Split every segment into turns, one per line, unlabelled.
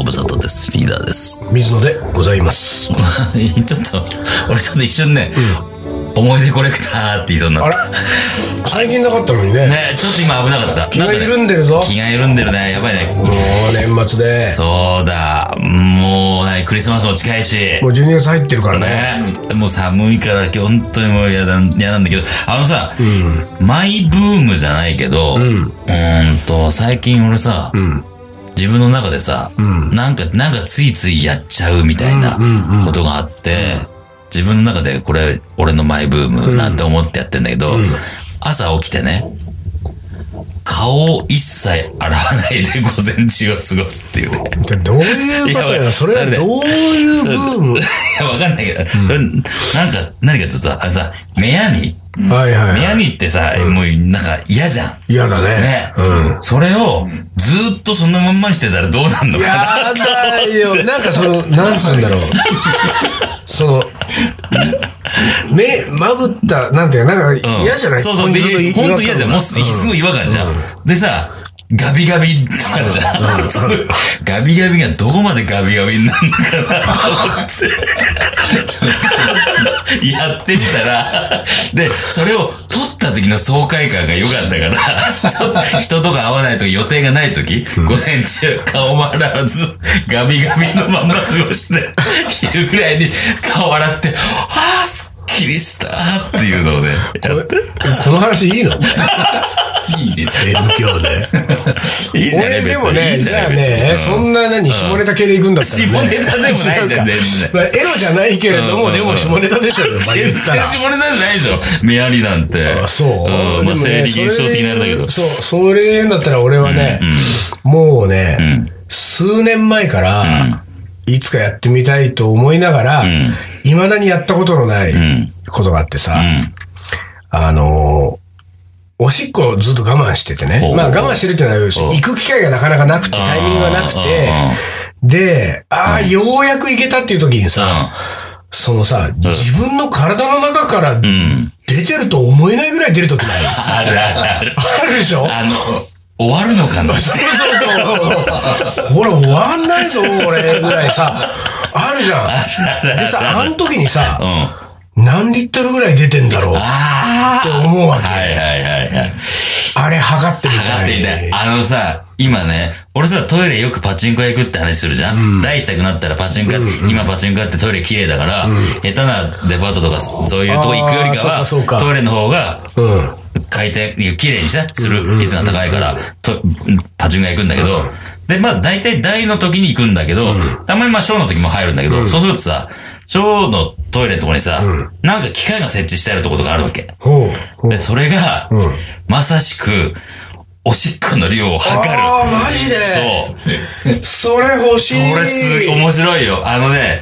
リーダーです。
水野でございます。
ちょっと、俺ちょっと一瞬ね、思い出コレクターって言いそうにな
あ
っ
れ最近なかったのにね。
た。ね、ちょっと今危なかった。
気が
なんかね
緩んでるぞ。
気が緩んでるね。やばいね。
もう年末で。
そうだ。もう、ね、クリスマスも近いし。
もう12月入ってるからね。
ね、もう寒いから、本当にもう嫌だ、嫌なんだけど、あのさ、マイブームじゃないけど、う、
うんん。
んと、最近俺さ、
うん。
自分の中でさ、
うん。
なんか、なんかついついやっちゃうみたいな
うんうんうん
ことがあって、自分の中でこれ、俺のマイブームなんて思ってやってんだけど、朝起きてね、顔を一切洗わないで午前中を過ごすっていうね。
でどういうこと
いや
やそれはどういうブーム
いや、わかんないけど、なんか、何かってさ、あのさ、目やに、
はいはい
目や
はい。
にってさ、もうなんか嫌じゃん。
嫌だね
ね。。
うん。
それをずっとそのまんまにしてたらどうなんのかな。
やだよ。 なんかその、なんつうん だろう。その、目、まぶった、なんていうか、なん
う
か
ん
嫌じゃない
そうそう。
こ
で、
こにずっと違和感
ほんと嫌じゃん。もうすすごい違和感じゃん。でさ、ガビガビとかじゃん。そうガビガビがどこまでガビガビになるのかなと思って。やってきたら、で、それを撮った時の爽快感が良かったから、ちょっと人とか会わない時、予定がない時、午前中顔も洗わず、ガビガビのまんま過ごして、昼ぐらいに顔洗って、ああ、すっきりしたーっていうのをね、やっ
えこの話 いいの
いいね。
M 教で。
いいじゃね
俺でもね、じゃあ
別
ね、
に
そんな何、下ネタ系で行くんだったらね。
下ネタでもないじゃん
違うか
全然
まあエロじゃないけれど
うんうんう
も、
ん
でも下ネタでしょうよ、まあ言
全然
ったら。
絞れないでしょ。メアリなんて。
あそう。
ん
で
ま
も
あ、
ね
生理現象的になるんだけど。
それそう、それで言うんだったら俺はね、もうね、数年前から、いつかやってみたいと思いながら、いまだにやったことのない
ん
ことがあってさ、あのーおしっこをずっと我慢しててね
ほ。う
まあ我慢してるっていうのは、行く機会がなかなかなくて、タイミングがなくて、で、ああ、ようやく行けたっていう時にさ、そのさ、自分の体の中から
うん。うん。
出てると思えないぐらい出る 時ない
あるあるある。
あるでしょ
あの、終わるのかなって。
そうそう。 ほら、終わんないぞ、俺、ぐらいさ、あるじゃん。でさ、あの時に
う
さ、
ん。あ
何リットルぐらい出てんだろうっ
あ
て思うわけ。
はいはいはいはい。
あれ、測ってみ
だって
た
ね
い。、
あのさ、今ね、俺さ、トイレよくパチンコ屋行くって話するじゃん、台したくなったらパチンコ屋、今パチンコ屋ってトイレ綺麗だから、下手なデパートとかそういうとこ行くよりか
あー
は、
そうかそうか
トイレの方が、
うん。
回転、いや綺麗にさ、する率が高いから、とパチンコ屋行くんだけど、で、まあ大体台の時に行くんだけど、たまにまあ小の時も入るんだけど、そうするとさ、小のトイレのとこにさ、なんか機械が設置してあるとことがあるわけ。
ほう。ほう
で、それが、まさしく、おしっこの量を測る。
あーマジで
そう。
それ欲しい。
これすごい面白いよ。あのね、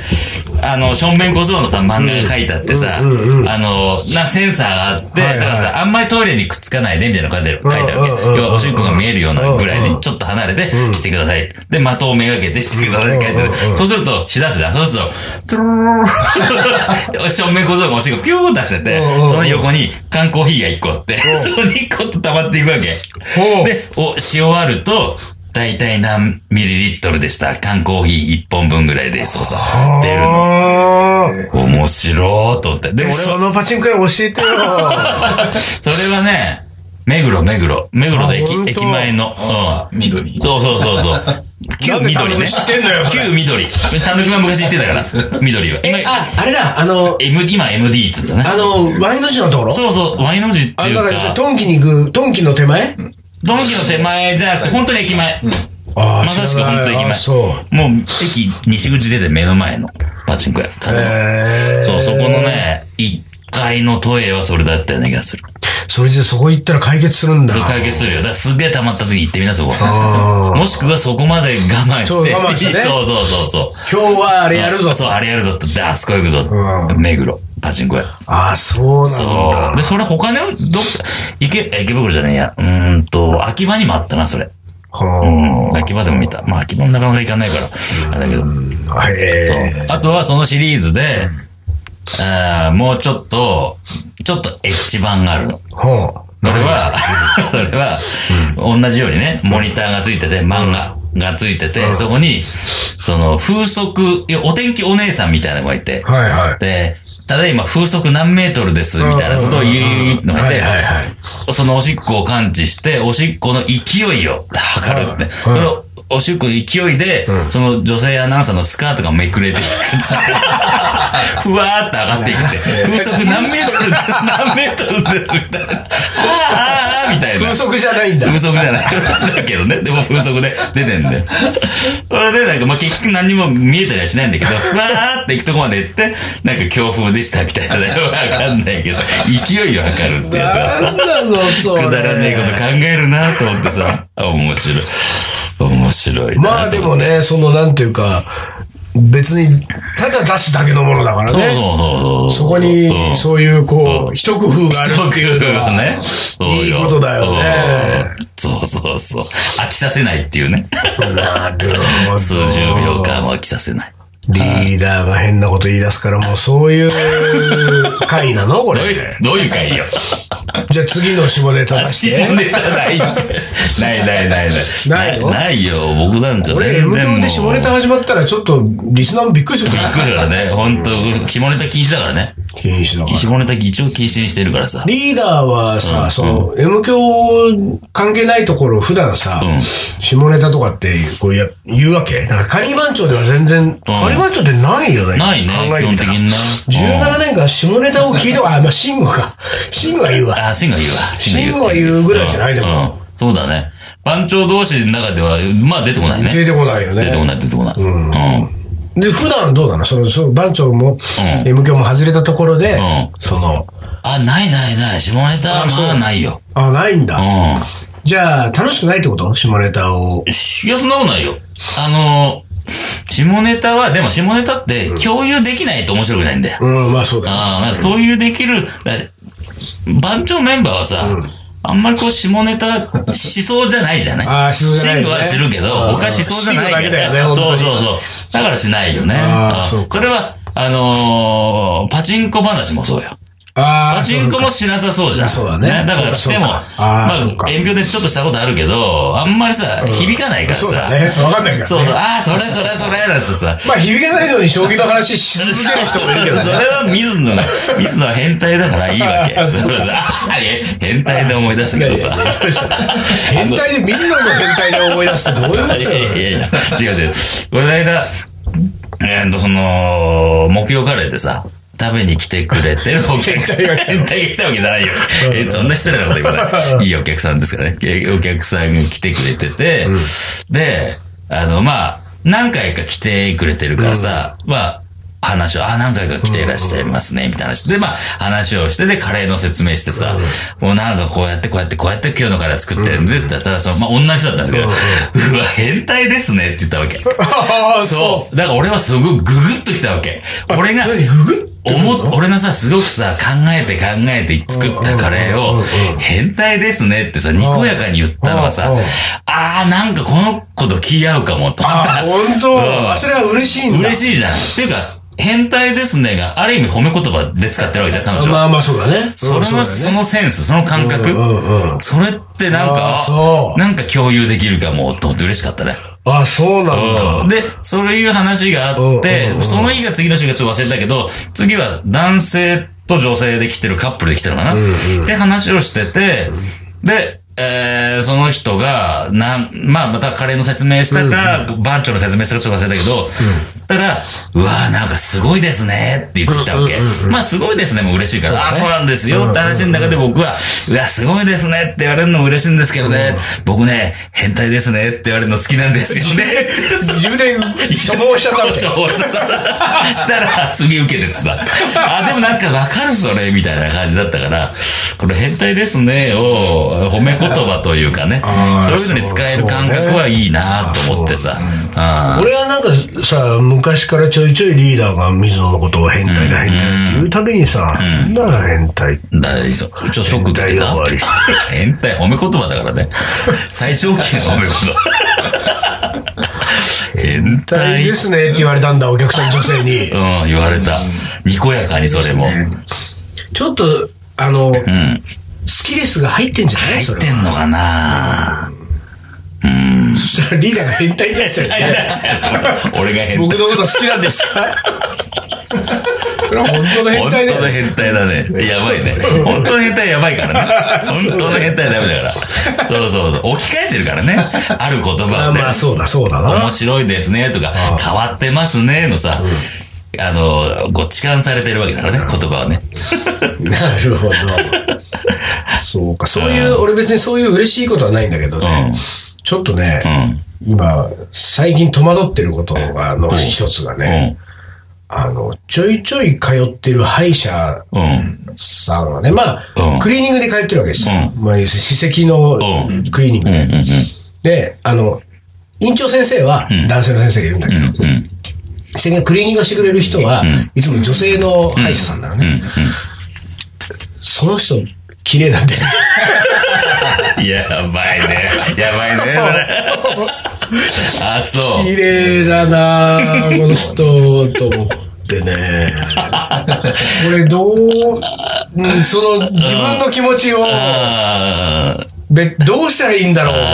あの、正面小僧のさ、漫画が書いてあってさ、あの、な、センサーがあって、
はいはい
だからさ、あんまりトイレにくっつかないで、みたいなのが出る書いてあるわけ。
うんうんうん
要は、おしっこが見えるようなぐらいで、ちょっと離れて、してください。で、的をめがけてしてくださいって書いてある。そうすると、しだすじゃん。そうすると、トゥ ルルルルル正面小僧がおしっこピューン出してて、
うんうんうん
その横に缶コーヒーが1個あって、 そこに1個と溜まっていくわけ。
ほう。
で、お、し終わると、だいたい何ミリリットルでした。缶コーヒー1本分ぐらいで、そうさ、出るの。
あー
面白ーと思って。で、
え
俺
そ
は、
のパチンコ屋教えてよ。
それはね、目黒、目黒。目黒の
あ
駅
ほん、と
駅前の。うん。
緑。
そうそうそうそう。 旧
なんでタヌ
緑ね。
キ知ってんのよそれ
旧緑。タヌキが昔言って たから、緑は。今、
あ、あれだ、あの、
M 今 MD っつうんだね。
あの、ワインの字のところ
そうそう、Y の字って
あ
い
の、
う
だから
か、
トンキに行く、トンキの手前
ドンキの手前じゃなくて、本当に駅前。
あ
まさしく本当に駅前。
そう。
もう、駅、西口出て目の前のパチンコ屋。
へー
そう、そこのね、1階のトイレはそれだったような気がする。
それじゃそこ行ったら解決するんだ
そ。れ解決するよ。だからすっげえ溜まった時に行ってみな、そこ。
あー
もしくはそこまで我慢して。
そう我慢してね
そうそうそうそう。
今日はあれやるぞ。
そう、あれやるぞって、であそこ行くぞ。
う
目黒、パチンコ屋。
ああ、そうなんだ。
そう。で、それ他ね、どっか、池、池袋じゃねえや。うーんと、秋葉にもあったな、それ。
は
秋葉でも見た。まあ、秋葉もなかなか行かないから。あれだけど。
あ。へえ。
あとはそのシリーズで、あーもうちょっと、ちょっとエッジ版があるの。
ほう。
それは、それは、同じようにね、モニターがついてて漫画。がついてて、そこに、その、風速、いやお天気お姉さんみたいなのがいて、
はいはい。
で、ただいま風速何メートルです、みたいなことを言うのがい
はい
て
はいはい、
そのおしっこを感知して、おしっこの勢いを測るって。そのおしっこの勢いで、その女性アナウンサーのスカートがめくれていくって。ふわーっと上がっていくって。風速何メートルです、何メートルです、みたいな。あーあーあー、みたいな
風。速じゃないん だ。
風速じゃない。だけどね。でも風速で出てんで。それでなんか、まあ、結局何にも見えたりはしないんだけど、ふわーって行くとこまで行って、なんか強風でしたみたいなね。わかんないけど、勢いを測るってやつが。
なんなの、そ
く
れ。
だらねえこと考えるなと思ってさ、あ面白い。面白いなと思って。
まあでもね、そのなんていうか、別に、ただ出すだけのものだから
そうそう
ね。
そうそう。
そこに、そういうこ
う
う、一工夫がある っていうのは
ね。そう
いいことだよね。
うんそうそうそう。飽きさせないっていうね。
なるほど。
数十秒間は飽きさせない。
リーダーが変なこと言い出すから、もうそういう回なのこ
どう
れ。
いう、どういう会よ。
じゃあ次の下ネタ出し
下
て。
ネタないって。ないないないない。
ないの
ないよ。僕なんか
俺、
全
M
然も
響
う。
で下ネタ始まったら、ちょっとリスナーもびっくりすると思う。
来るからね。本当下ネタ禁止だからね。
禁止 だから。
下ネタ一応禁止にしてるからさ。
リーダーはさ、その、M 響関係ないところ、普段さ、
うん
下ネタとかってこうや言うわけなんか仮番長では全然、仮番長ってないよね。
ないね、
考え
基
てみ
本
た
的
ら
にな。
17年間下ネタを聞いたあ、まあ、慎吾か。慎吾が言うわ。
あ、シンが言うわ。
シンが言うぐらいじゃないでも
も。うんそうだね。番長同士の中では、まあ出てこないね。
出てこないよね。
出てこない、出てこない。うん。
で、普段どうなのその、その番長も、
うん
M 響も外れたところで、
ん
その、
あ、ないないない。下ネタはまあないよ。
あ、ないんだ。
うん。
じゃあ、楽しくないってこと下ネタを。
いや、そんなことないよ。あのー、下ネタは、でも下ネタって共有できないと面白くないんだよ。
うん、まあそうだよ。
ああ、なんか共有できる、だ番長メンバーはさ、あんまりこう下ネタしそうじゃないじゃない
あーしそうじゃないね
シングは知るけど、
うん
他しそうじゃない
シングだけだよね本当
そう
に
そうそう。だからしないよね。
あー
うん
そう
それは、あのーパチンコ話もそうよ。
あ
パチンコもしなさそうじゃん。
そうだね
だから
そ
し
うか
ても、
そうかあー
まあ
そうか、
遠慮でちょっとしたことあるけど、あんまりさ、響かないからさ。
そうだね。わかんないから、ね。
そうそう、ああ、それそれそれなんつってさ。
まあ、響けないのに将棋の話し続ける人もいるけど
それ
ね。
は水野が、水野は変態だからいいわけ。
あ
そ
そう
れはさあえ変態で思い出したけどさ。
変態で、水野の変態で思い出すってどういうこと
い
だ
や
よ
いやいや、違う違う。この間、えっと、その、木曜カレーでさ、食べに来てくれてる お客さ
変態
ん。
が
変態が来たわけじゃないよ。えそんな失礼なこと言わ ない。いいお客さんですからね。えお客さんが来てくれてて、で、あの、まあ、何回か来てくれてるからさ、まあ、話を、あ、何回か来ていらっしゃいますね、みたいな話。で、まあ、話をして、で、カレーの説明してさ、もうなんかこうやって、こうやって、こうやって今日のカレー作ってるんですって言ったら、その、まあ、同じ人だったんだけど、うわ、変態ですねって言ったわけ。
ああ、そ
そう。だから俺はすごくググッときたわけ。俺が、
何ググ
思っ俺のさ、すごくさ、考えて考えて作ったカレーを、変態ですねってさ、にこやかに言ったのはさ
うんうん、
あーなんかこの子と気合うかもと思
う。
った。
あ、本
うん
当。それは嬉しいんだ。
嬉しいじゃん。っていうか、変態ですねが、ある意味褒め言葉で使ってるわけじゃん、彼女は。
まあまあ、そうだね。
それ
うん
の、そのセンス、その感覚。
うんうん
それってなん
あー
か、
そう
なんか共有できるかも、と思って嬉しかったね。
あ、そうなんだ。
で、そういう話があっ
うんうんう
て、
ん
その日が次の週がちょっと忘れたけど、次は男性と女性で来てるカップルで来てるのかな、で、話をしてて、で、えー、その人が、なん、まあ、またカレーの説明したか、番長の説明したかちょっと忘れたけど、たら、うわーなんかすごいですねって言ってきたわけ。まあ、すごいですねも嬉しいから、あ、そうなんですよって話の中で僕は、うわ、すごいですねって言われるのも嬉しいんですけどね、僕ね、変態ですねって言われるの好きなんですよね って
自分で所望しちゃったみたいな。
そうそうそうしたら、すげえ受けててさ。あ、でもなんかわかるそれ、みたいな感じだったから、これ変態ですねを褒め言葉というかね
あ、ー
そういうのに使える感覚はいいなと思ってさ。うん
俺はなんかさ、昔からちょいちょいリーダーが水野のことを変態だ変態って言うたびにさ、なんだ変態って。
だからそうちょ、ショック受けてた
変態が終わりし
変態、褒め言葉だからね。最小限の褒め言葉。変
変態
態。
ですねって言われたんだ、お客さん女性に。
うん、言われた。にこやかにそれも。
ちょっと、あの、好
うん。
きですが入ってんじゃない
入
そ
っ
れ
て
は。
んのかな
したらリーダーが変態になっちゃう、
変態になっちゃう 俺が変 態
僕のこと好きなんですかそれは本当の変
本
態だ
当
よ
の変態だね。やばいね。本当の変態やばいか らね。本当の変態はダメだから。そうそうそう。置き換えてるからね。ある言葉
あ
をね
ま。あ、そうだ、そうだな
面。白いですねとか、変わってますねのさ、あの、こう、痴漢されてるわけだからね、言葉はね。
なるほど。そうか、そういう、俺別にそういう嬉しいことはないんだけどね。
うん
ちょっとね、今、最近戸惑ってることが、あの、一つが
う
ね、
ん。
あの、ちょいちょい通ってる歯医者
うん。うん。
さんはね、ま
うん
あ、クリーニングで通ってるわけですよ。
う
まあ、要するに歯石の
うん
クリーニング
うん。うん。うん。
で、あの、院長先生は男性の先生がいるんだけど、
うん。
先生がクリーニングをしてくれる人は、いつも女性の歯医者さんだからね。その人、綺麗なんだよね。
うん。や ばいね。やばいね、 それ。あ、そう。
綺麗だなぁ、この人、と思って ね。これ、どう、うんその、自分の気持ちを、
あー
べどうしたらいいんだろう、どう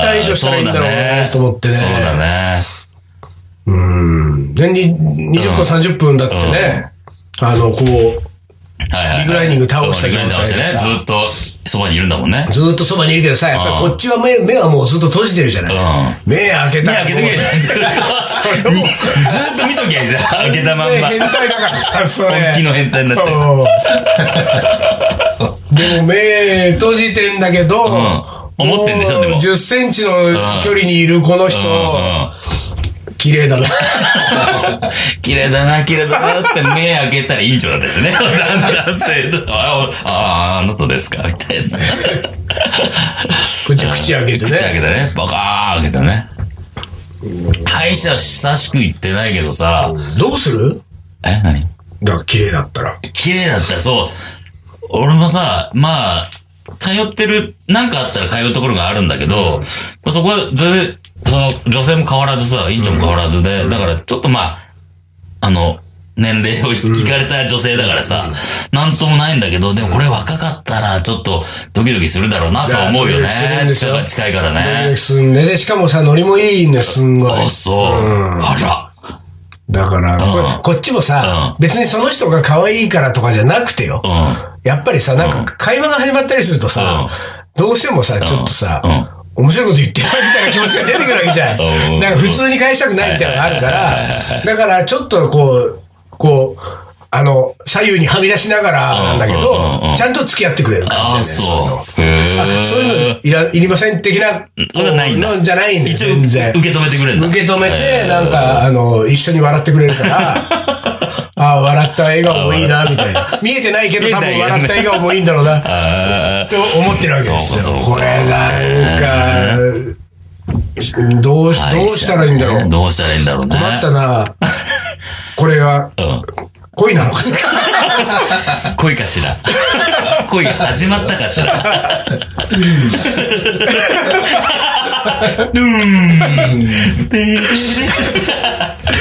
対処したらいいんだろう、と思ってね。
そうだね。
うん。で、に20分、30分だってね、あの、こう、
はいはいはい。
リクライニング倒した
リ
状
クライ
態
ニング
で
倒してね。
さ
ずっとそばにいるんだもんね。
ずーっとそばにいるけどさ、やっぱりこっちは目、目はもうずっと閉じてるじゃない。
う
目開けた
目
ら
開けとけじゃん。ずっと。にずっと見とけじゃん。開けたまんま。
変態だからさ、それ。
本気の変態になっちゃう。
うんでも目閉じてんだけど、
思ってんでしょでも
10センチの距離にいるこの人、
うん
綺麗 だな。
うん綺麗だな、綺麗だなって目開けたら委員長だったしね。男性と、ああ、あなたですかみたいな。
こっち口開けて
口開
ね。
けたね。バカー開けたね。歯医者久しく行ってないけどさ、
どうする
え、何
だから綺麗だったら。
綺麗だったら、そう。俺もさ、まあ、通ってる、なんかあったら通うところがあるんだけど、まあそこは全然、その、女性も変わらずさ、院長も変わらずで、だからちょっとまあ、あの、年齢を聞かれた女性だからさ、なんともないんだけど、でもこれ若かったら、ちょっとドキドキするだろうなとは思うよ
い
ね
やドキドキするん。ですよ
近い近いからね。
すんで、で、しかもさ、ノリもいいね、すんごい。
あ、そう。あら。
だから、こ
うん
こっちもさ、別にその人が可愛いからとかじゃなくてよ。
う
やっぱりさ、なんか会話が始まったりするとさ、どうしてもさ、ちょっとさ、面白いこと言ってるみたいな気持ちが出てくるわけじゃん。
うん
なんか普通に返したくないみたいなのがあるか
はいはいはいはいは
ら、だからちょっとこう、こう、あの、左右にはみ出しながらなんだけ
うんうんうんう
ど
ん、
ちゃんと付き合ってくれる
あ
感
あ、
じだよね
そう。へえ。
そういうの。そういうのいら、いりません的な、
ことはないんだ
のじゃないんだよ、
一応、
全然
受。け止めてくれるんだ。
受け止めて、なんか、あの、一緒に笑ってくれる から、ああ、笑った笑顔もいいな、みたいな。見えてないけど、
見え
多
ない
分
けどね
笑った笑顔もいいんだろうな、
ああ。
と思ってるわけです
そう
よ。
かそう
こ
か
れ、なんか、どうし、どうしたらいいんだろう。
どうしたらいいんだろうね。
困った な。これは、恋なのか な
うん。恋かしら。 恋が始まったかしら。ドゥーン。で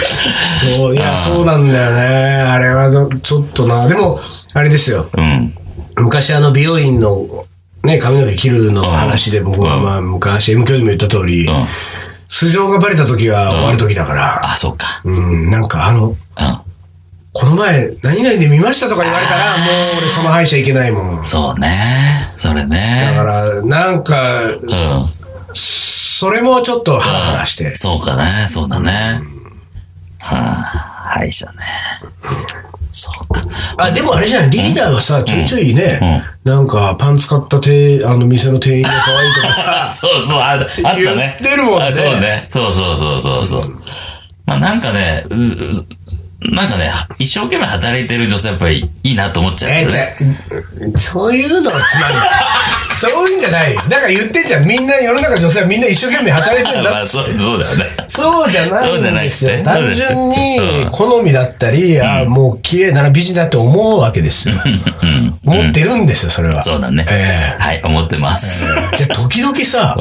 そう、いや、そうなんだよね。あれはど、ちょっとな。でも、あれですよ。
うん。
昔あの美容院のね、髪の毛切るの話で僕はまあ昔 M 教でも言った通り、
ん
素性がバレた時が終わる時だから、
あ、そうか。
うん、なんかあの、
うん。
この前何々で見ましたとか言われたらもう俺その歯医者行けないもん。
そうね。それ
だ
ね。
から、なんか、
うん。
それもちょっとハラハラして。
そうかね。そうだね。はあ、歯医者ね。そうか。
あ、でもあれじゃん、リーダーはさ、ちょいちょいね、なんかパン使った店、あの店の店員が可愛いとかさ、
そうそう、ああったね。
言ってるもんね
あそうね。そうそうそうそうそう。まあなんかね、ううなんかね、一生懸命働いてる女性やっぱりいいなと思っちゃう、
え
ね。
ー、じゃあそういうのはつまん ない。そういうんじゃない。だから言ってんじゃん。みんな、世の中の女性はみんな一生懸命働いてるんだ。
まあそうそうだ よね。
そうじゃないんです
そう
よ。
じゃない
単
ですね
純
う
に
ん、
好みだったり、あーもう綺麗だな、美人だって思うわけですよ。思ってるんですよ、それは。
そうだね。
え
はい、思ってます。
えじゃあ時々
う
さ、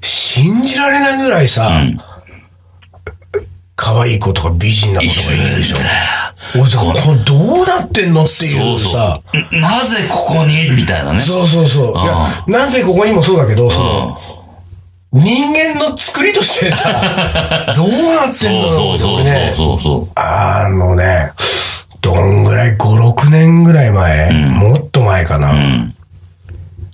ん
信じられないぐらいさ、可愛い子とか美人な子とかいるでしょ。おい、だからこれどうなってんのって
そ
いうう
そう。
さ、
んなぜここにみたいなね。
そうそうそう。いや、なぜここにもそうだけど、その、人間の作りとして さ、どうなってんの
そうそうそうそうそう。
あのね、どんぐらい、5、6年ぐらい前、もっと前かな。
ん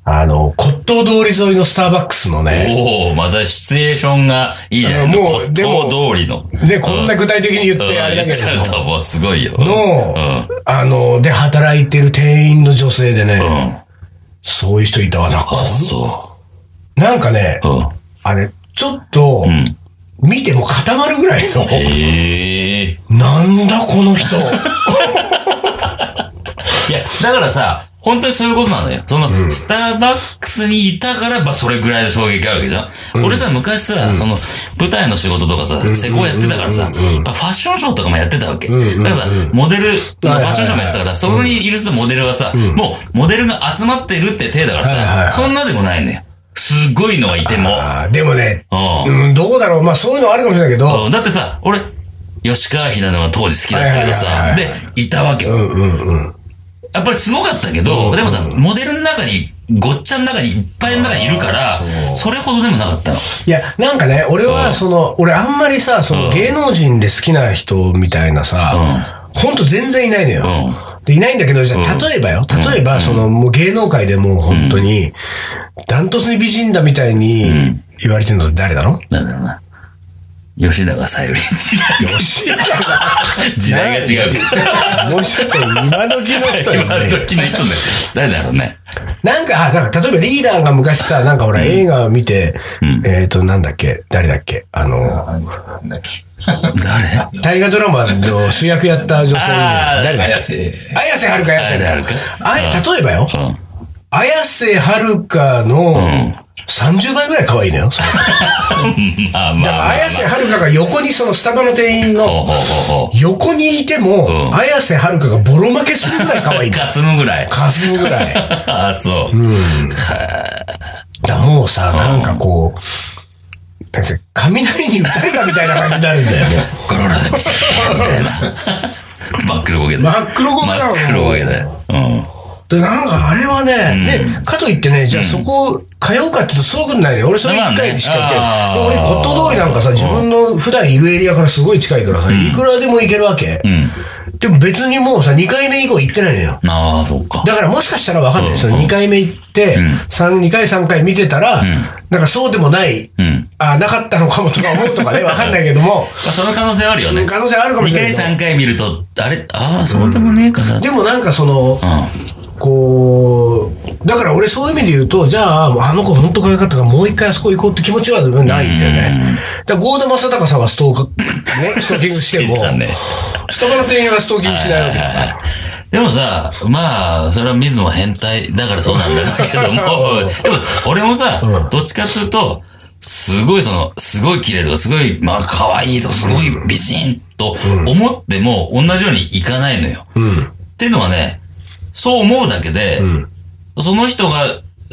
あの、骨董通り沿いのスターバックスのね、
おおまたシチュエーションがいいじゃん。
あのもう
もう、
で
で
も
も通りの。
で、こんな具体的に言っ
うん
てあれだけ
言っ
れ
ちゃ
ど
うと、もうすごいよ。
も、
うん
の、あの、で、働いてる店員の女性でね、
うん。あ、
そういう人いたわ。なんか
そ
なんかね、
う。うん。
あれ、ちょっと
う、ん。
見ても固まるぐらいの、
へえ。
なんだこの人。
いや、だからさ、本当にそういうことなんだよ。その、スターバックスにいたから、まあ、それぐらいの衝撃あるわけじゃん。俺さ、昔さ、その、舞台の仕事とかさ、施工やってたからさ、まあファッションショーとかもやってたわけ。だからさ、モデル、ファッションショーもやってたから、そこにいるモデルはさ、もう、モデルが集まってるって体だから
はいはいはい
さ、そんなでもないんだよ。すごいのはいても。
あーでもね、
うん
うん、どうだろう。まあそういうのあるかもしれないけど、
うんだってさ、俺、吉川ひなのは当時好きだったけど
はいはい
さ、
はい
で、いたわけよ。
うんうんうん。
やっぱりすごかったけど、でもさ、モデルの中に、ごっちゃの中に、いっぱいの中にいるから、それほどでもなかったの。
いや、なんかね、俺
う
は、
ん
その、俺あんまりさ、その芸能人で好きな人みたいなさ、ほんと全然いないのよ。でいないんだけど、じゃあ例えばよ、例えば、その、もう芸能界でもう本当に、ダントツに美人だみたいに言われてるの誰なの
なんだろうな。吉永 さゆり。
吉永
時代が違う。
もうちょっと今時の人よ
今
ね。
時の人だよ。誰だろうね。
なんか、あ、なんか、例えばリーダーが昔さ、なんかほら、映画を見て、えっ、と、なんだっけ、誰だっけ、あの、
誰
大河ドラマの主役やった女性いるじゃん誰だっけ
瀬。
綾瀬はるか、綾瀬
綾瀬
は
は
る
る
か
か。
あい例えばよ、
うん。
綾瀬はるかの30倍ぐらい可愛いのよ。それ
まあまあ
だか
ま
ら
あ。
綾瀬はるかが横に、そのスタバの店員
ほう
の
ほうほうほ
横にいても、
うん。
綾瀬はるかがボロ負けするぐらい可愛いうの。
かすむぐらい。
かすむぐらい。
ああ、そう。
だからもうさ、なんかこう、なんか雷に打たれたみたいな感じになるんだよね。
ゴロラだみた いな。真っ黒焦げだ。
真っ黒焦げだろ
真っ黒焦げだよ。うん。
で、なんかあれはね、で、かといってね、じゃあそこ通うかって言うとそういうことないね。俺それ一回でしか行って
まあ
ない。
ね
で
あー
俺、骨董通りなんかさ、自分の普段いるエリアからすごい近いからさ、いくらでも行けるわけ。
うん。
でも別にもうさ、2回目以降行ってないのよ。
ああ、そっか。
だからもしかしたらわかんな
う
い。
ん
その2回目行って、三2回3回見てたら、なんかそうでもない、
うん。
あーなかったのかもとか思うとかね、わかんないけども、
まあ、その可能性はあるよね。
可能性あるかもし
2
れない
回、
けど。
3回見ると、あれああ、そうでもねえかな。うん。
でもなんかその、こう、だから俺そういう意味で言うと、じゃあ、あの子本当可愛かったからもう一回あそこ行こうって気持ちはないんだよね。だから、郷田正隆さんはストーカー、ね、ストーキングしても
好き、だね
ストーカーの店員はストーキングしないわけだ
はい
か
は
ら。
いでもさ、まあ、それは水野は変態だからそうなんだろうけども、でも、俺もさ、どっちかっていうと、すごいその、すごい綺麗とか、すごい、まあ、可愛いとか、すごい美人と思っても、同じようにいかないのよ。
うん。
っていうのはね、そう思うだけで、
ん
その人が、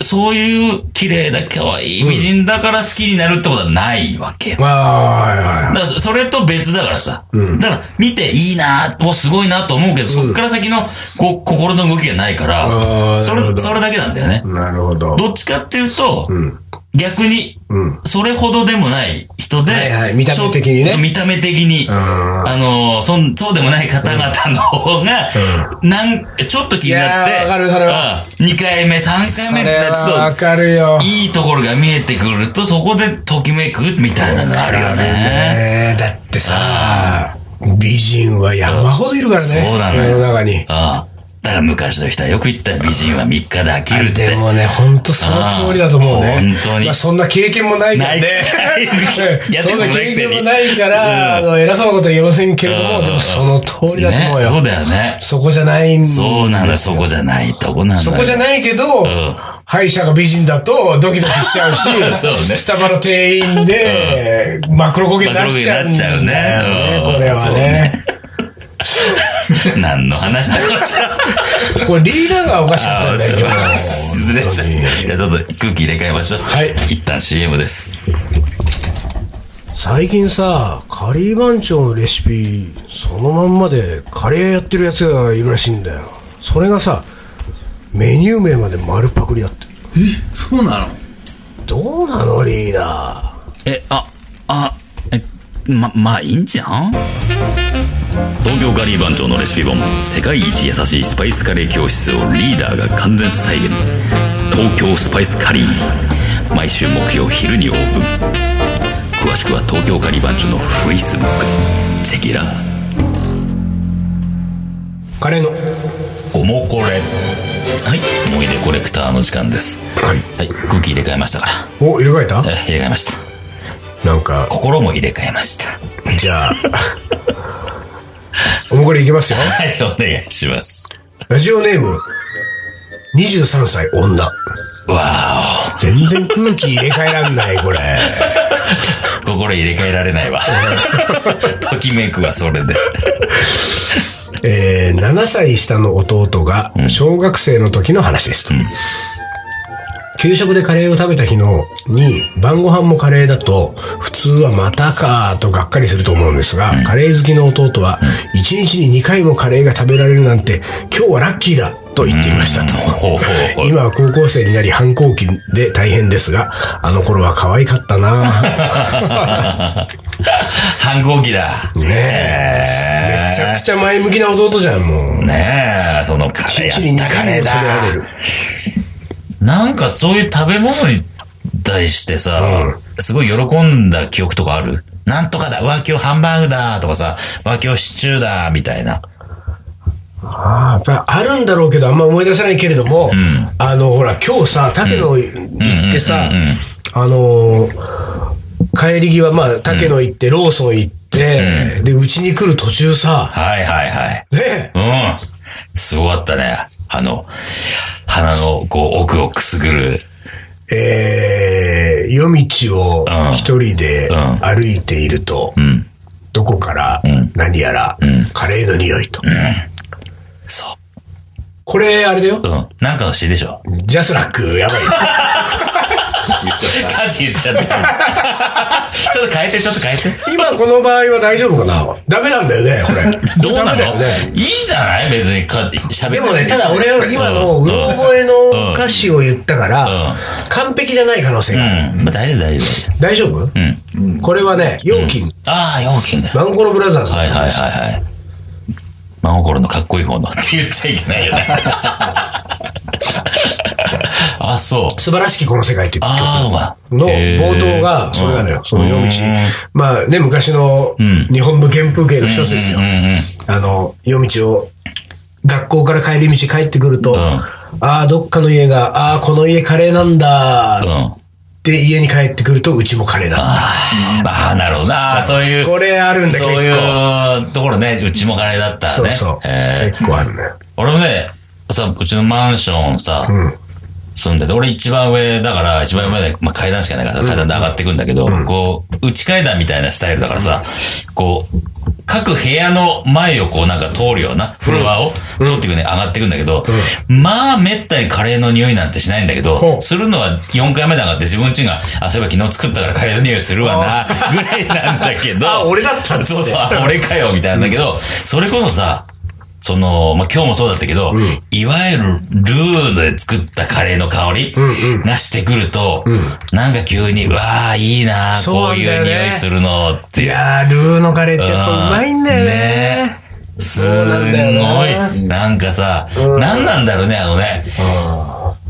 そういう綺麗だ、可愛い美人だから好きになるってことはないわけよ。
まあ、はいはいはい。
だからそれと別だからさ。だから、見ていいなぁ、おすごいなと思うけど、そっから先の、こう、心の動きがないか
あー
ら、そ
なるほ
れ、
ど
それだけなんだよね。
なるほど。
どっちかっていうと、
ん
逆に、
うん。
それほどでもない人で、
はいはい見た目的にね
ちょっと見た目的に、
ん
あのーそん、そうでもない方々の方が、なん、ちょっと気になって、
いやーわかるそれは
2回目、3
そ
回
れ
目って、ち
は
ょ
わ
っ
かるよ
と、。いいところが見えてくると、そこでときめくみたいなのがあるよね。
ねだってさ、美人は山ほどいるからね。
そうなのよ
世の中に。
ああ。だから昔の人はよく言ったよ美人は3日で飽きるって。
でもね、ほんとその通りだと思う
あ
ね。
ー本当に
まあ、そんな経験もないから
ない
ね。
やっ
そ
て
ん
もな
ない経
くせ
験
に
もないから、あの、偉そうなことは言えませんけれど
う
も、
ん
でもその通りだと思う
ね
よ。
そうだよね。
そこじゃないん
そうなんだ、そこじゃないとこなんだ。
そこじゃ
い。
ないけど、
ん
歯医者が美人だとドキドキしちゃうし、
そうね
スタバの店員で、マクロコゲになっちゃうんだよね、
マ
これ
クロコゲになっちゃ
は
うね
ね。
何の話だろうじゃあ
これリーダーがおかしかっ
あ
たんだよ、今日。
失礼しました。じゃあちょっと空気入れ替えましょう。
はい
一旦 CM です。
最近さカリー番長のレシピそのまんまでカレーやってるやつがいるらしいんだよそれがさメニュー名まで丸パクリだって
そうなの
どうなのリーダ
え、あ、あ、え、ま、まあいいんじゃん東京カリー番長のレシピ本世界一優しいスパイスカレー教室をリーダーが完全再現東京スパイスカリー毎週木曜昼にオープン詳しくは東京カリー番長のフェイスブックチェキラ
ー。カレーの。
おもこれはい思い出コレクターの時間です
はい。
はい空気入れ替えましたか
お、入れ替えた
らえ入れ替えました
なんか、
心も入れ替えました
じゃあ、 おもこれいきますよ。
はいお願いします
ラジオネーム、23歳女。
わ
全然空気入れ替えらんない、これ。
ーお心入れ替えられないわ ときめくわそれで
えー7歳下の弟が小学生の時の話ですと。給食でカレーを食べた日のに晩ご飯もカレーだと普通はまたかとがっかりすると思うんですが、カレー好きの弟は1日に2回もカレーが食べられるなんて今日はラッキーだと言っていましたと。
ほうほうほう
今は高校生になり反抗期で大変ですが、あの頃は可愛かったなぁ
反抗期だ。
ねえ。めちゃくちゃ前向きな弟じゃん、もう。
ねえ、そのカレ
一日
ー
に
やっ
2
たカ
回
レー
も食べられ
だ。
る。
なんかそういう食べ物に対してさ、すごい喜んだ記憶とかあるなんとかだ、わ、今日ハンバーグだとかさ、わ、今日シチューだみたいな。
ああ、やっぱあるんだろうけど、あんま思い出さないけれども、あの、ほら、今日さ、竹野行ってさ、あのー、帰り際、まあ、竹野行って、ローソン行って、で、うちに来る途中さ、
はいはいはい。
ね
うん。すごかったね。あの、鼻のこう奥をくすぐる。
えー、夜道を
うん
一人で
うん
歩いていると、
ん
どこから何やら、カレーの匂いと。
そ
これ、あれだよ
う。。うん。なんかの詩でしょ。
ジャスラック、やばい。
歌詞言っちゃった。ちょっと変えて、ちょっと変えて。
今この場合は大丈夫かなダメなんだよね、これ。
どうな
ダメだよ
の、
ね
いいんじゃない別にか、喋って
でも ね、ただ俺は今の、うろ
え。
覚えの歌詞を言ったから
うん、
完璧じゃない可能性がある。
うん。まあ、大丈夫、大丈夫。
大丈夫これはね、容器、
ああ、陽気ね。は
マンコロブラザーズ。
いはいはいはい。真心のかっこいい方のって言っちゃいけな いよね。あ、そう。
素晴らしきこの世界っていう曲
ああ、そうか。
の
へー
冒頭が、それなのよ、その夜道
うん。
まあね、昔の日本の原風景の一つですよ
うん。うん。
あの、夜道を、学校から帰り道帰ってくると、
ん
ああ、どっかの家が、ああ、この家カレーなんだ、
うん。あ
で、家に帰ってくると、うちもカレーだ。
あー、なるほどな。そういう。
これあるんだ、結
そう
構。
いうところね、うちもカレーだったね。
そうそう。
えー
結構あるね。
俺もね、さ、うちのマンションさ、住んでて、俺一番上だから、一番上まで、まあ、階段しかないからさ、階段で上がっていくんだけど、こう、内階段みたいなスタイルだからさ、こう、各部屋の前をこうなんか通るようなフロアを通っていくね、上がっていくんだけど、まあ、めったにカレーの匂いなんてしないんだけ
ほ
ど、
う
するのは4回目で上がって自分ちが、あ、そういえば昨日作ったからカレーの匂いするわな、ぐらいなんだけ ど、
あ、俺だったんです
そ
ね
うそう、あ 俺かよ、みたいなんだけど、それこそさ、その、まあ、今日もそうだったけど、いわゆるルーで作ったカレーの香りがしてくると、なんか急に、うわあ、いいなあ
そう
こ
な
うん
だ
い
よ
う
ね
匂いするのって。
いやー、ルーのカレーってやっぱうまいんだよね。
ねえすんごい。なんかさ、何なんだろうね、あのね。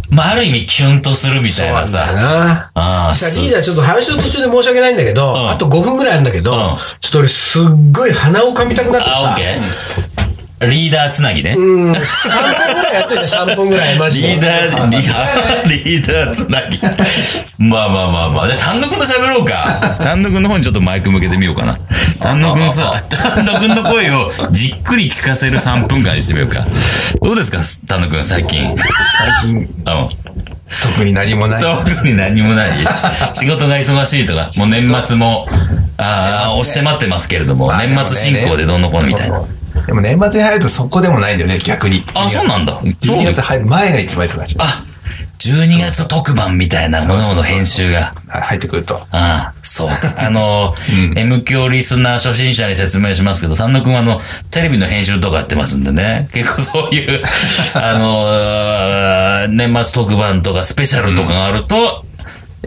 まあ、ある意味キュンとするみたいな
だ
さ。
な。
ああ、
さ
す
リーダーちょっと話の途中で申し訳ないんだけど、
ん
あと5分ぐらいあるんだけど、
ん
ちょっと俺すっごい鼻を噛みたくなって
あ、オッ
さ、
ケーリーダーつなぎね。
うん、3分ぐらいやっといて3分ぐらいマジで。
リーダー、リーダー、リーダーつなぎ。まあまあまあまあ。じゃあ単独の喋ろうか。単独の方にちょっとマイク向けてみようかな。単独のさ、 単独の声をじっくり聞かせる3分間にしてみようか。どうですか、単独君最近。
最近、
うん。
特に何もない。
特に何もない。仕事が忙しいとか、もう年末も、ああ、押して待ってますけれども、
まあ
年末進行でどうのこうのみたいな。。
でもねでも年末に入るとそこでもないんだよね、逆に。
あ、そうなんだ。そう
12月入る前が一番忙しい。
あ、12月特番みたいなものの編集が。
入ってくると。
ああ、そう か。あの、M 響リスナー初心者に説明しますけど、丹野くんはあの、テレビの編集とかやってますんでね、結構そう いう、あの、年末特番とかスペシャルとかがあると、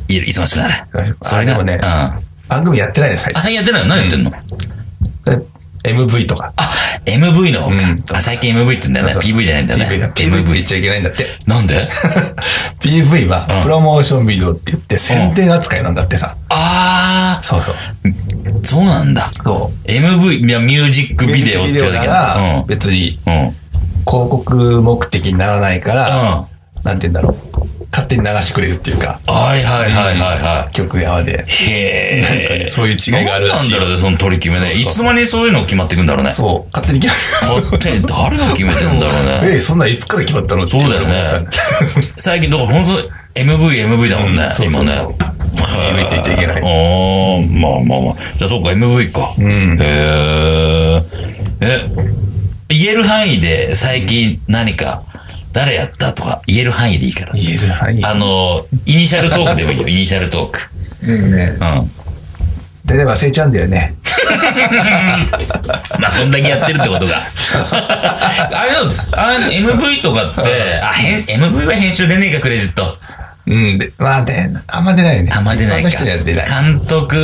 い忙しくなる。
あ
それが、
でもね
うん。あ、
番組やってないです、最近。
最近やってないの何やってんの、
MV とか。
あ、MV の方か、
うん
あ、最近 MV って言うんだよね。
そうそう
PV じゃないんだよ
PV
ね
だ。PV って言
MV
っ。ちゃいけないんだって。
なんで
PV は
うん
プロモーションビデオって言って宣伝扱いなんだってさ。
あ
そうそう。
ー、そうなんだ。
そ
MV、いや、ミュージック
う。
ビデオって
ミュージッ
言うん
クビデオ
だ
だ
け
か
ど。
ら、別に
うん。うん。
広告目的にならないから、
うん。
なんて言うんだろう。勝手に流してくれるっていうか、
はいはいはいはいは
曲やまで。
い。へえ。
そういう違いがあるらしい
なんだ
よ
ろうね、その取り決めね。
そうそう
いつまにそういうの決まっていくんだろうね。
そう、勝手に決
勝手に誰が決めてんだろうね。
ま え、そんなんいつから決まったのって
そうだよね。最近、だから本当 MV、MV だもんね
うん、そう
今
そう
ね。
MV って言っちゃいけない
おー、まあまあまあ。じゃあそうか、MV か。
ん
へえ。え、言える範囲で最近何か、誰やったとか言える範囲でいいから。
言える範囲。
あの、イニシャルトークでもいいよ、イニシャルトーク。
でもね
う、ん。
大体忘れちゃうんだよね。
まあ、そんだけやってるってことが。あれあれ、MV とかって、あ、へん MV は編集出ねえか、クレジット。
うん、で、まあね、あんま出ないよね。
あんま出ない
一般
か。
の人には出ない。
監督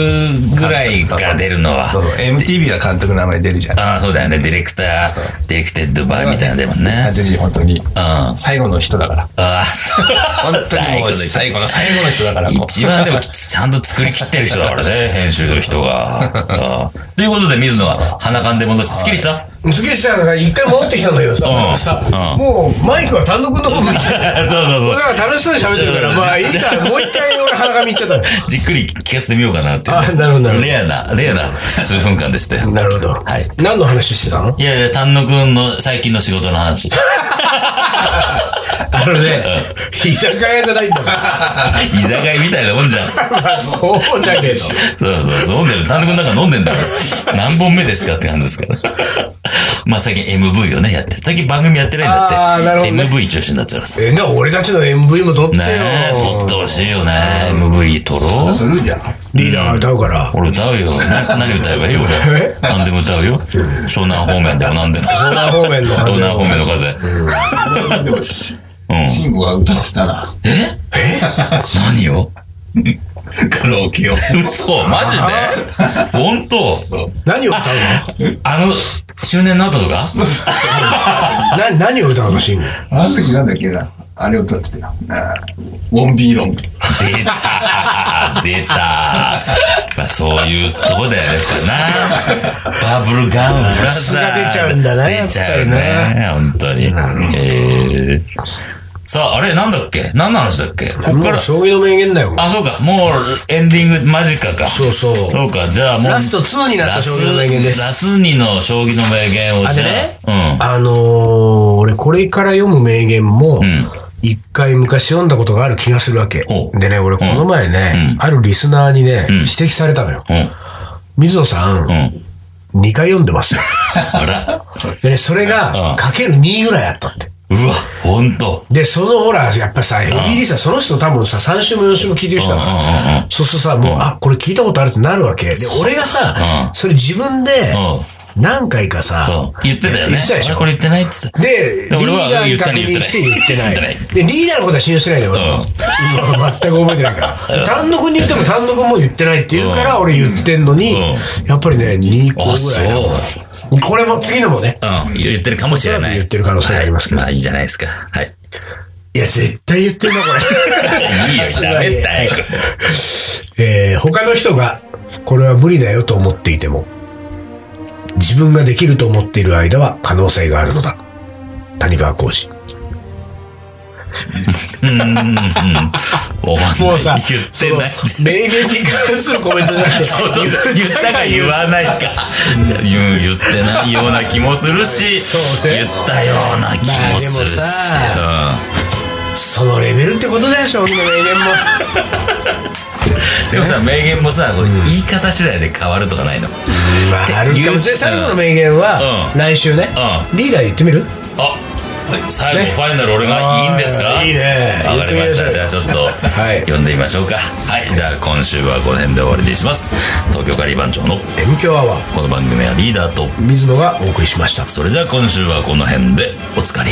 ぐらいが出るのは
そう。そう、MTV は監督の名前出るじゃん。
ああ、そうだよね。ディレクター、ディレクテッドバーみたいなのでもんね。
デビー本当に。
うん。あ
最後の人だから。
あ、そう。
本当にもう
最
最後の最後の人だから。もう
一番でもちゃんと作り切ってる人だからね、編集の人が。うんということで、水野は鼻かんで戻して、スッキリした
すげえしたから一回戻ってきたんだけどさ、
ん
なんかさ
うん
もうマイクは単独の方に来て
そうそう そう
俺。は楽しそうに喋ってるから、まあいいから、もう一回俺鼻髪いっちゃったの
じっくり聞かせてみようかなっていうね、
あなるほどなるほど
レアな、レアな数分間でしたよ。
なるほど。
はい。
何の話してたの
いやいや、丹野くんの最近の仕事の話。
あのね、居酒屋じゃないんだ か
居酒屋みたいなもんじゃん。
ら。まあそうだけど。
そうそう、飲んでる。丹野くんなんか飲んでんだから。何本目ですかって感じですから。 まあ最近 MV をね、やってる。最近番組やってないんだって。
あーなるほどね
MV 一押しになっちゃうからさ。
え、でも俺たちの MV も撮ってよ
ね。え、撮ってほしいよね。MV 撮ろう。
するじゃん。
リーダーが歌うから。
俺歌うよ。な何歌えばいい俺
え。
何でも歌うよ。湘南方面でも 何でも。
湘南方面の
湘
風
南方
を。
面の風。うん。
でも、し慎吾が歌ってたら、
え何を
カラオケを。
嘘マジで本当
何を歌う
あの、周年の後とか
のな何を歌うのシング
あの時なんだっけな。あれを歌ってたよ。あーウォンビーロン。
出た出たまあそういうとこだよね、やっぱな。バブルガウンブラザーズ。
さすが出ちゃうんだな
出ちゃうね、本当に。えーさあ、あれ、なんだっけ何の話だっけこっか
も
ら
う、将棋の名言だよ。
あ、そうか、もうエンディング間近か。
そうそう。
そうか、じゃあもう。
ラスト2になった
ラス
将棋の名言です。
ラス2の将棋の名言を
あ
じ
で
ゃ
ね、
あ。
あのー俺これから読む名言も
ん、
一回昔読んだことがある気がするわけ
お。
でね、俺この前ね
う、ん
あるリスナーにね、
ん
指摘されたのよ。
うん。うん。
水野さん
う、ん。
2回読んで ますよ。
あら。
でね、それ
うん
が、かける2ぐらいあったって。
うわ、ほんと。
で、そのほら、やっぱさ、ヘビーリスナー、その人多分さ、3週も4週も聞いてる人だか
うんうんうんう
ら、そうするとさ、もう、あ、これ聞いたことあるってなるわけ。で、俺が
う
さ、
ん
それ自分で
うん、
何回か
うん
さ、。
言ってたよね。
言ってたでしょ
俺これ言ってないって言ってた。
で、リー
俺は
ダー
言
に
った
確
ね
認して
言
言
っ
っててな
な
いい。で、リーダーのことは信用してないで、俺。
うん
今 全く覚えてないから。単独に言っても単独も言ってないって言うから、俺言ってんのに
う、
やっぱりね、2個ぐらい
あ
な。これも、次のもね。
うん。言ってるかもしれない。
言ってる可能性がありますけど
はいまあいいじゃないですか。 はい。
いや、絶対言ってんな、これ。
いいよ、喋ったよ。
えー他の人がこれは無理だよと思っていても自分ができると思っている間は可能性があるのだ谷川浩司
お前
もうさ
言ってない。
その名言に関するコメントじゃなくて
そうそうそう言ったか言わないか言う言ってないような気もするし、
そうね
言ったような気もするし、
まあで そのレベルってことだよ将棋の名言も
うん でもさ名言もさ、こう言い方次第で変わるとかないの
まああるかも
言う
最後の名言は、
うん
来週ね、
う
リーダー言ってみる
あ最後、
ね
ファイナル俺がいいんですか
あーいいね
わかりました
言ってみましょう
じゃあちょっと、
はい
読んでみましょうかはいじゃあ今週はこの辺で終わりにします東京カリー番長の
M 強アワー
この番組はリーダーと
水野がお送りしました
それじゃあ今週はこの辺でおつかり